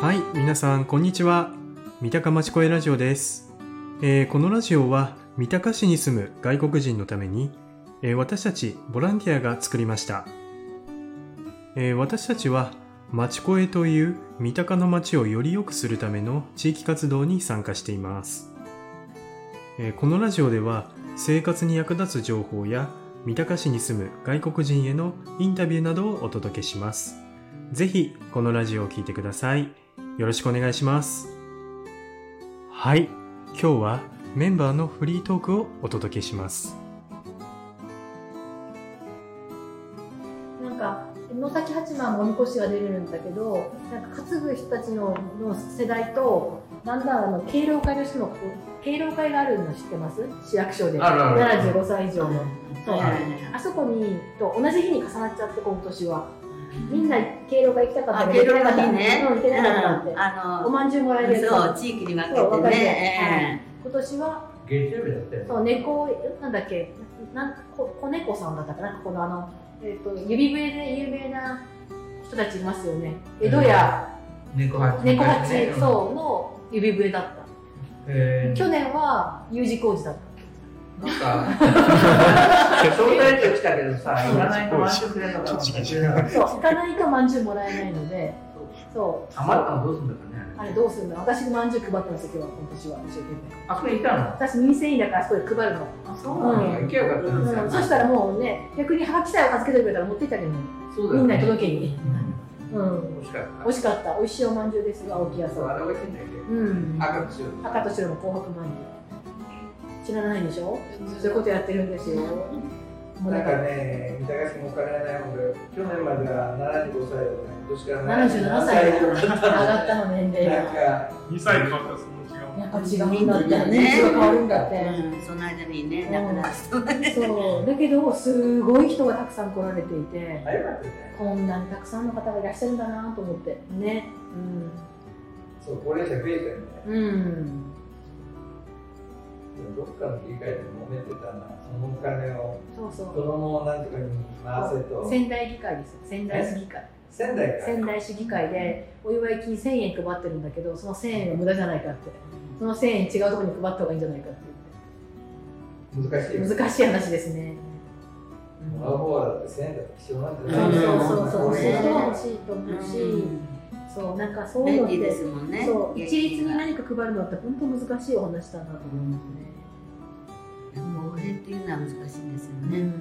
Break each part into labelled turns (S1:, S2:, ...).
S1: はい皆さんこんにちは三鷹町声ラジオです、えーこのラジオは三鷹市に住む外国人のために、えー私たちボランティアが作りました、えー私たちは町声という三鷹の町をより良くするための地域活動に参加しています、えーこのラジオでは生活に役立つ情報や三鷹市に住む外国人へのインタビューなどをお届けしますぜひこのラジオを聞いてくださいよろしくお願いしますはい今日はメンバーのフリートークをお届けします
S2: なんか野崎八幡もみこしが出れるんだけどなんか担ぐ人たちのの世代とだんだんあの敬老会の人もこう敬老会があるの知ってます市役所で
S3: あるあるある
S2: 75歳以上の、そう
S3: はい
S2: あそこにと同じ日に重なっちゃって今年はみんな敬老会行きたかった
S4: あ敬老
S2: 行
S4: 会
S2: けなかった
S4: ね
S2: うん行けなかったって、
S4: あ
S2: お
S4: の、
S2: まんじゅうもらえるやつ
S4: そう、地域に分け
S2: そう分か
S4: て
S2: れて
S4: ね。
S2: 今年は
S3: 月曜日だったよね。
S2: そう猫なんだっけなんこ子猫さんだったかなこのあの、えー、と指笛で有名な人たちいますよね江戸や
S3: 猫八。
S2: 猫八、そうの指笛だった、
S3: うん。え
S2: 去年は U 字工事だった
S3: ー、なんか、 招待状来たけどさ、行かないと満足だから。
S1: ちょっと違
S2: そう行かないとまんじゅうもらえないのでそう
S3: 余ったのどうすんだかね。
S2: あれどうするんだ私まんじゅう配ってますよ今日は今年は一生懸命
S3: あ、それいたの
S2: 私民生委員だからあそこで配るの、
S3: あ、そうなの
S2: うん
S3: 行けばよかったんです
S2: うん、そしたらもうね逆にはがきさえ預けてくれたら持っていったけど
S3: そうだ
S2: み
S3: よ
S2: んな
S3: ね
S2: に届けにう
S3: うんん。美味しかった。
S2: 美味しかった美味しいおまんじゅうですが青木屋さ
S3: そうんあれ美味しいんだけ
S2: うん
S3: ど。赤くしよう。
S2: 赤と白の紅白まんじゅう知らないでしょそういうことやってるんですよもう
S5: な
S2: だ
S5: ん
S2: か
S5: からね、三鷹市もお金ないもんで、去年までは75歳だったね、今年から
S2: 77歳
S5: だ
S2: 上がったの年齢
S5: なん
S2: が
S5: か、
S6: 2歳でばったらその違う
S2: やっぱ違うんだってね
S5: 人
S2: 人
S5: 数が
S2: が変
S5: 変
S2: わ
S5: わ
S2: る
S5: る
S2: ん
S5: ん
S2: だ
S5: だ
S2: っ
S5: って
S4: うん、その間にね、亡くなる人がね。
S2: そうだけどすごい人がたくさん来られていて
S5: あよかったね、
S2: こんなにたくさんの方がいらっしゃるんだなと思ってね
S5: そう、高齢者増えたよね、
S2: うん、うん、
S5: でもどっかの切り替えで揉めてたな、そのお金を
S2: そうそ
S5: 子
S2: う
S5: 供をなんとかに回せと、
S2: 仙台議会ですよ仙台市議会
S5: 仙台か、
S2: 仙台市議会でお祝い金1000円配ってるんだけどその1000円は無駄じゃないかってその1000円違うところに配った方がいいんじゃないかって
S5: 難しい
S2: 言
S5: よ
S2: っ、て難しい話ですね、うん
S5: もらう方だって仙台と一緒なんじゃ
S2: そう
S5: ない
S2: そうそうそ
S5: 高
S2: うそう
S5: 齢
S2: いう
S5: 者
S2: 人
S5: は
S2: が欲しいと思うし、そうなんかそういうのって
S4: 便利ですもんね。
S2: そう一律に
S4: ね。
S2: 何か配るのって本当難しいお話だなと思いますね、
S4: 応援っていうのは難しいんですよ
S2: う
S4: ね。
S2: んそ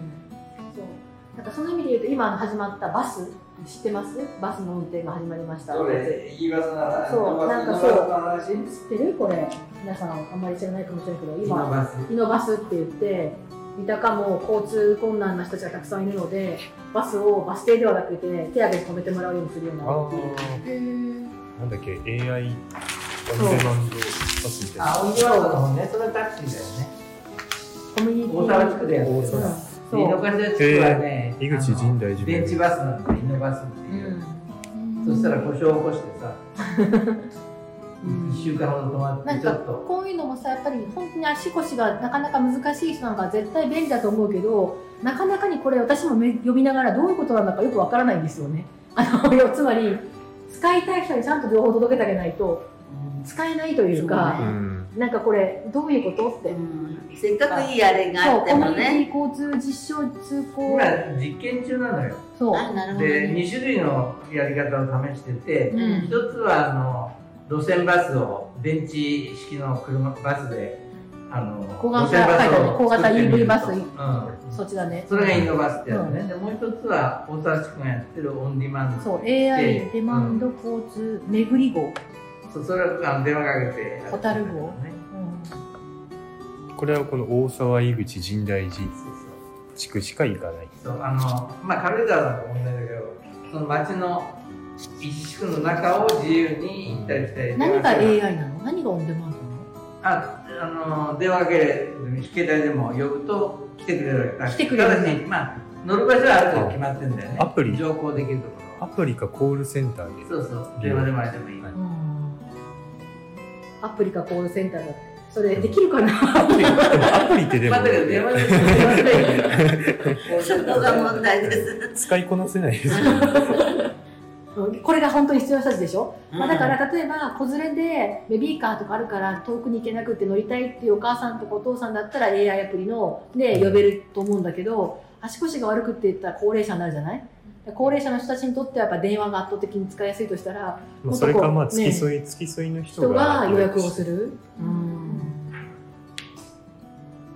S2: うなんかその意味で言うと今始まったバス知ってますバスの運転が始まりました
S5: どれ、言い噂な話、
S2: そうなんかそう
S5: 言い噂の話、
S2: 知ってるこれ皆さんあんまり知らないかもしれないけど今
S3: 今バス。
S2: イノバスって言って三鷹も交通困難な人たちがたくさんいるのでバスをバス停ではなくて手挙げて止めてもらうようにするような
S6: なんだっけ AI
S2: そう
S6: オンデマンドパスみたいな
S3: あ、オンデマンドのもんね。それタクシーだよね。
S2: コミュニティ
S3: 大沢地区でやってる
S6: 大。沢
S2: う
S3: で井
S2: ん
S3: の
S2: そう、
S3: 頭地区はね、
S6: 井口
S3: あの
S6: 神大寺
S3: 電池バスなんだ、井のバスって
S2: う。
S3: いうんそしたら故障を起こしてさ、
S2: うん
S3: 1週間ほど止まっ
S2: なん
S3: て、ちょ
S2: か
S3: っと。
S2: こういうのもさやっぱり本当に足腰がなかなか難しい人なんか絶対便利だと思うけどなかなかにこれ私もめ読みながらどういうことなのかよくわからないんですよね。あの要はつまり使いたい人にちゃんと情報を届けてあげないと使えないというか
S4: そうね
S2: なんかこれどういうことって
S4: うんせっかくいいあれが
S2: そ
S4: あ
S2: う
S4: って
S2: コミュ
S4: も
S2: ニ
S4: ね。
S2: ティ交通実証通行
S3: 今実験中なのよ。
S2: そう、
S4: あ、なるほど
S3: で、
S4: ね。
S3: 2種類のやり方を試してて、
S2: うん
S3: 一つはあの路線バスを電池式の車バスで、あの
S2: 小型
S3: 路線バスを
S2: 小型
S3: 作ってみると
S2: EV バス
S3: うん、
S2: そっちだね
S3: それがインドバスってやつね。で、もう一つは大沢地区がやってるオンディマンド。
S2: そう
S3: で
S2: AI デマンド交通巡り号、
S3: そうそれはあの電話かけてやってるんだけどね。
S6: これはこの大沢井口神大寺
S3: そうそう
S6: 地区しか行かない
S3: そうあのまあ軽井沢なんか問題だけどその町の一地区の中を自由に行ったり来たり
S2: 何が
S3: 電話
S2: AI なの何がオンデマンドなの
S3: ああの電話かける携帯でも呼ぶと来てくれる
S2: 来てくれる
S3: ただし、まあ、乗る場所はある程度決まってんだよね
S6: アプリ
S3: 乗降できるとこ
S6: アプリかコールセンターで
S3: ろそうそう電話でもあれでもいい、
S6: はい
S2: うんアプリかコールセンターだってそれできるかな、
S6: アプリでもアプリってでも
S3: まあだけど電話で電話でいいよ
S4: そこが問題です。
S6: 使いこなせないですよね
S2: うんこれが本当に必要な人たちでしょ、まあ、だか
S4: うん
S2: ら例えば子連れでベビーカーとかあるから遠くに行けなくて乗りたいっていうお母さんとかお父さんだったら AI アプリので呼べると思うんだけど足腰が悪くって言ったら高齢者になるじゃない高齢者の人たちにとってはやっぱ電話が圧倒的に使いやすいとしたら
S6: まあ、それかまあ
S2: ね
S6: 付き添い、付き添いの人
S2: 人
S6: が
S2: が予約をす
S6: る
S2: る。う
S4: うんん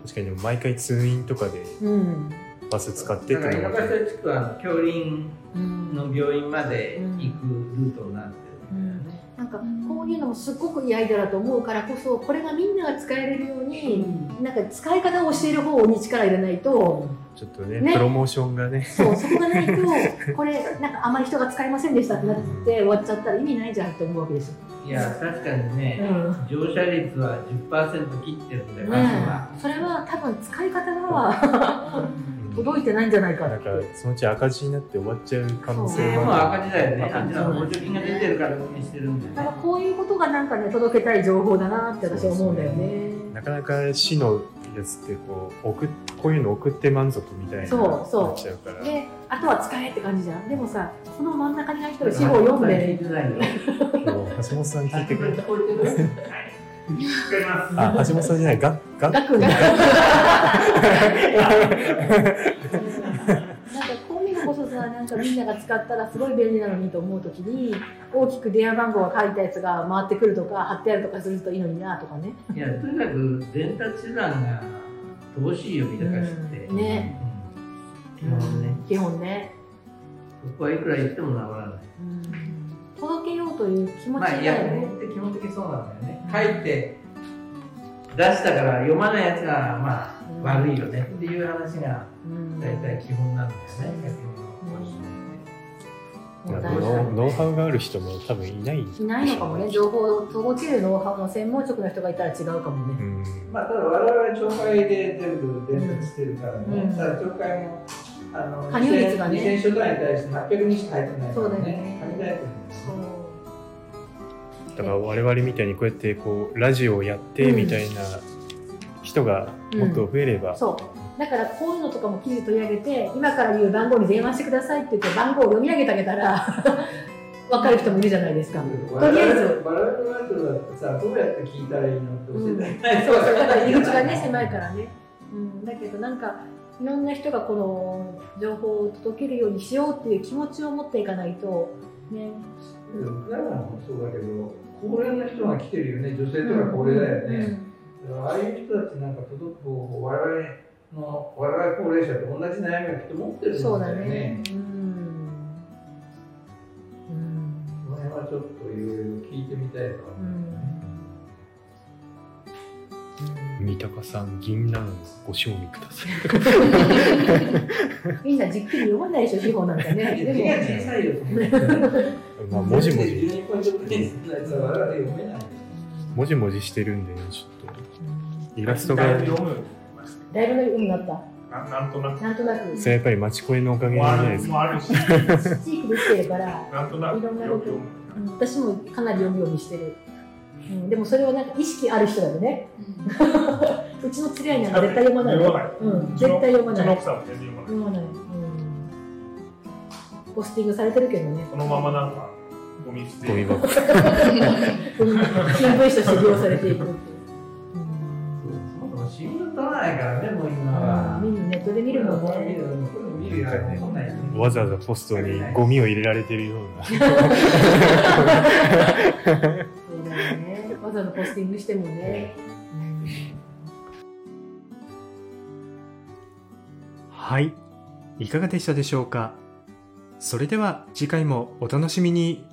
S6: 確かにでも毎回通院とかで
S2: うん
S6: バス使ってっ
S3: だか
S6: て
S3: ら
S6: の
S3: 田
S6: も
S3: 舎地区はあの教輪
S2: うん
S3: の病院まで行くルートになってるんだよね、
S2: なんかこういうのもすっごくいいアイデアだと思うからこそこれがみんなが使えれるようになんか使い方を教える方に力入れないと
S6: ちょっとね
S2: ね
S6: プロモーションがね
S2: そうそこがないとこれなんかあまり人が使いませんでしたってなって終わっちゃったら意味ないじゃんって思うわけですよ。
S3: いや確かにね、
S2: うん
S3: 乗車率は10%切ってるんだよ、
S2: ね
S3: バスは
S2: え、それは多分使い方が届いてないんじゃないか
S6: な
S2: っ
S6: ん
S2: て
S6: かそのうち赤字になって終わっちゃう可能
S3: それ
S6: 性
S3: もう
S6: も
S3: 赤字だよね
S2: 赤
S3: あっ
S2: 字
S3: ちの補助金が出てるから運営してるんだ
S2: だ
S3: よ
S2: から
S3: ね
S2: こういうことがなんかね届けたい情報だなって私は思うんだよね。
S6: なかなか市のやつってこう送っこういうの送って満足みたいな
S2: そうそう
S6: なっちゃうから
S2: であとは使えって感じじゃんでもさこの真ん中に入ってる四方読ん
S3: 聞
S2: で
S3: いてないよ
S6: そう橋本さん聞いてくれた
S3: 聞こえてるはい聞こえます
S6: あ橋本さんじゃないが が
S2: 学がなんかこういうのこそさなんかみんなが使ったらすごい便利なのにと思うときに大きく電話番号が書いたやつが回ってくるとか貼ってあるとかするといいのになとかね
S3: いやとにかく伝達手段が乏しいよ三鷹市って、
S2: うんね
S3: うんなるほどね
S2: 基本ね、
S3: ここはいくら言っても治らない
S2: 届けようという気持ち
S3: まあ
S2: だよ
S3: 薬
S2: ね、
S3: 本って基本的にそうなんだよね書いて出したから読まないやつがま
S2: うん
S3: あ悪いよねっていう話が
S2: うん
S3: 大体基本なんだよね
S2: うん
S3: 薬本の
S6: ま
S2: もっ
S6: あ
S2: たいない
S6: ノウノウハウがある人も多分いない
S2: いないのかもね情報を届けるノウハウの専門職の人がいたら違うかも
S6: う
S2: ね、
S6: ん
S5: まあ、ただ我々町会で全部伝達してるからね、
S2: うん
S5: ただ町会もあの
S2: 加入率がね
S5: 2000所単位に対して800人しか入ってないか
S2: そう
S5: ら
S2: だよ
S5: ね
S2: ね
S5: 限られてるんです
S2: そ
S5: よ
S2: う
S6: だから我々みたいにこうやってこうラジオをやってみたいな人がもっと増えれば、
S2: そう。だからこういうのとかも記事取り上げて、今から言う番号に電話してくださいって言って番号を読み上げてあげたら、 わかる人もいるじゃないですか。とりあえず、
S5: 我々のラジオだってさどうやって聞いたらいいのって教えてあげない
S2: そうそう、だから入り口がね、
S5: い
S2: 狭いからね。うん、だけどなんか、いろんな人がこの情報を届けるようにしようっていう気持ちを持っていかないと、ね。
S5: 僕らもそうだけど高齢の人が来てるよね女性とか高齢だよね、だからああいう人たちなんか届く方法我々の我々高齢者と同じ悩みをきっと持ってる
S2: うん
S5: んだ
S2: そうだ
S5: よね
S2: ね。うん。うん。
S5: この辺はちょっといろいろ聞いてみたいな、
S2: うん。
S6: 三鷹さん銀杏ご賞味ください
S2: みんなじっくり読まないでしょ、司法なんかね。
S3: い
S2: で
S3: や字
S2: も
S3: が小さいよ
S6: まあもじもじ
S5: 12ポイントくらいにするやつは我々読めない
S6: もじもじしてるんでねちょっとイラスト
S7: だい
S6: が
S7: ぶ読む
S2: だいぶのようになった。
S7: ななんとなく
S2: なんとなく、
S6: それやっぱり町声のおかげ
S7: もう
S6: なんじゃな
S7: あ
S6: いで
S7: る
S6: すか
S7: もあるし
S2: 地域できてるから、
S7: なんとなく
S2: いろんな
S7: よ
S2: こ
S7: く
S2: と
S7: 読む
S2: うん私もかなり読むようにしてる。うん、でもそれはなんか意識ある人だよね。うちの釣り合いなんか絶対読まない。
S7: 読まない
S2: うん、絶対読ま
S7: う
S2: な
S7: ちの
S2: い。
S7: 奥さんも全然読まな
S2: 読まない。
S7: い
S2: うん。ポスティングされてるけどね。
S7: そのままなんかゴミ捨て
S6: ゴミ箱
S2: うん新聞紙として利用されていくっていう。
S3: そもそも新聞取らないからねもう今
S2: うん
S3: は
S2: みんなネットで見るもん
S5: これ見
S2: ね。
S5: るこれ見るよねこんなんやって
S6: わざわざポストにゴミを入れられてるような
S2: そうだよね。わざわざポスティングしてもね。うん
S1: はい。いかがでしたでしょうかそれでは次回もお楽しみに。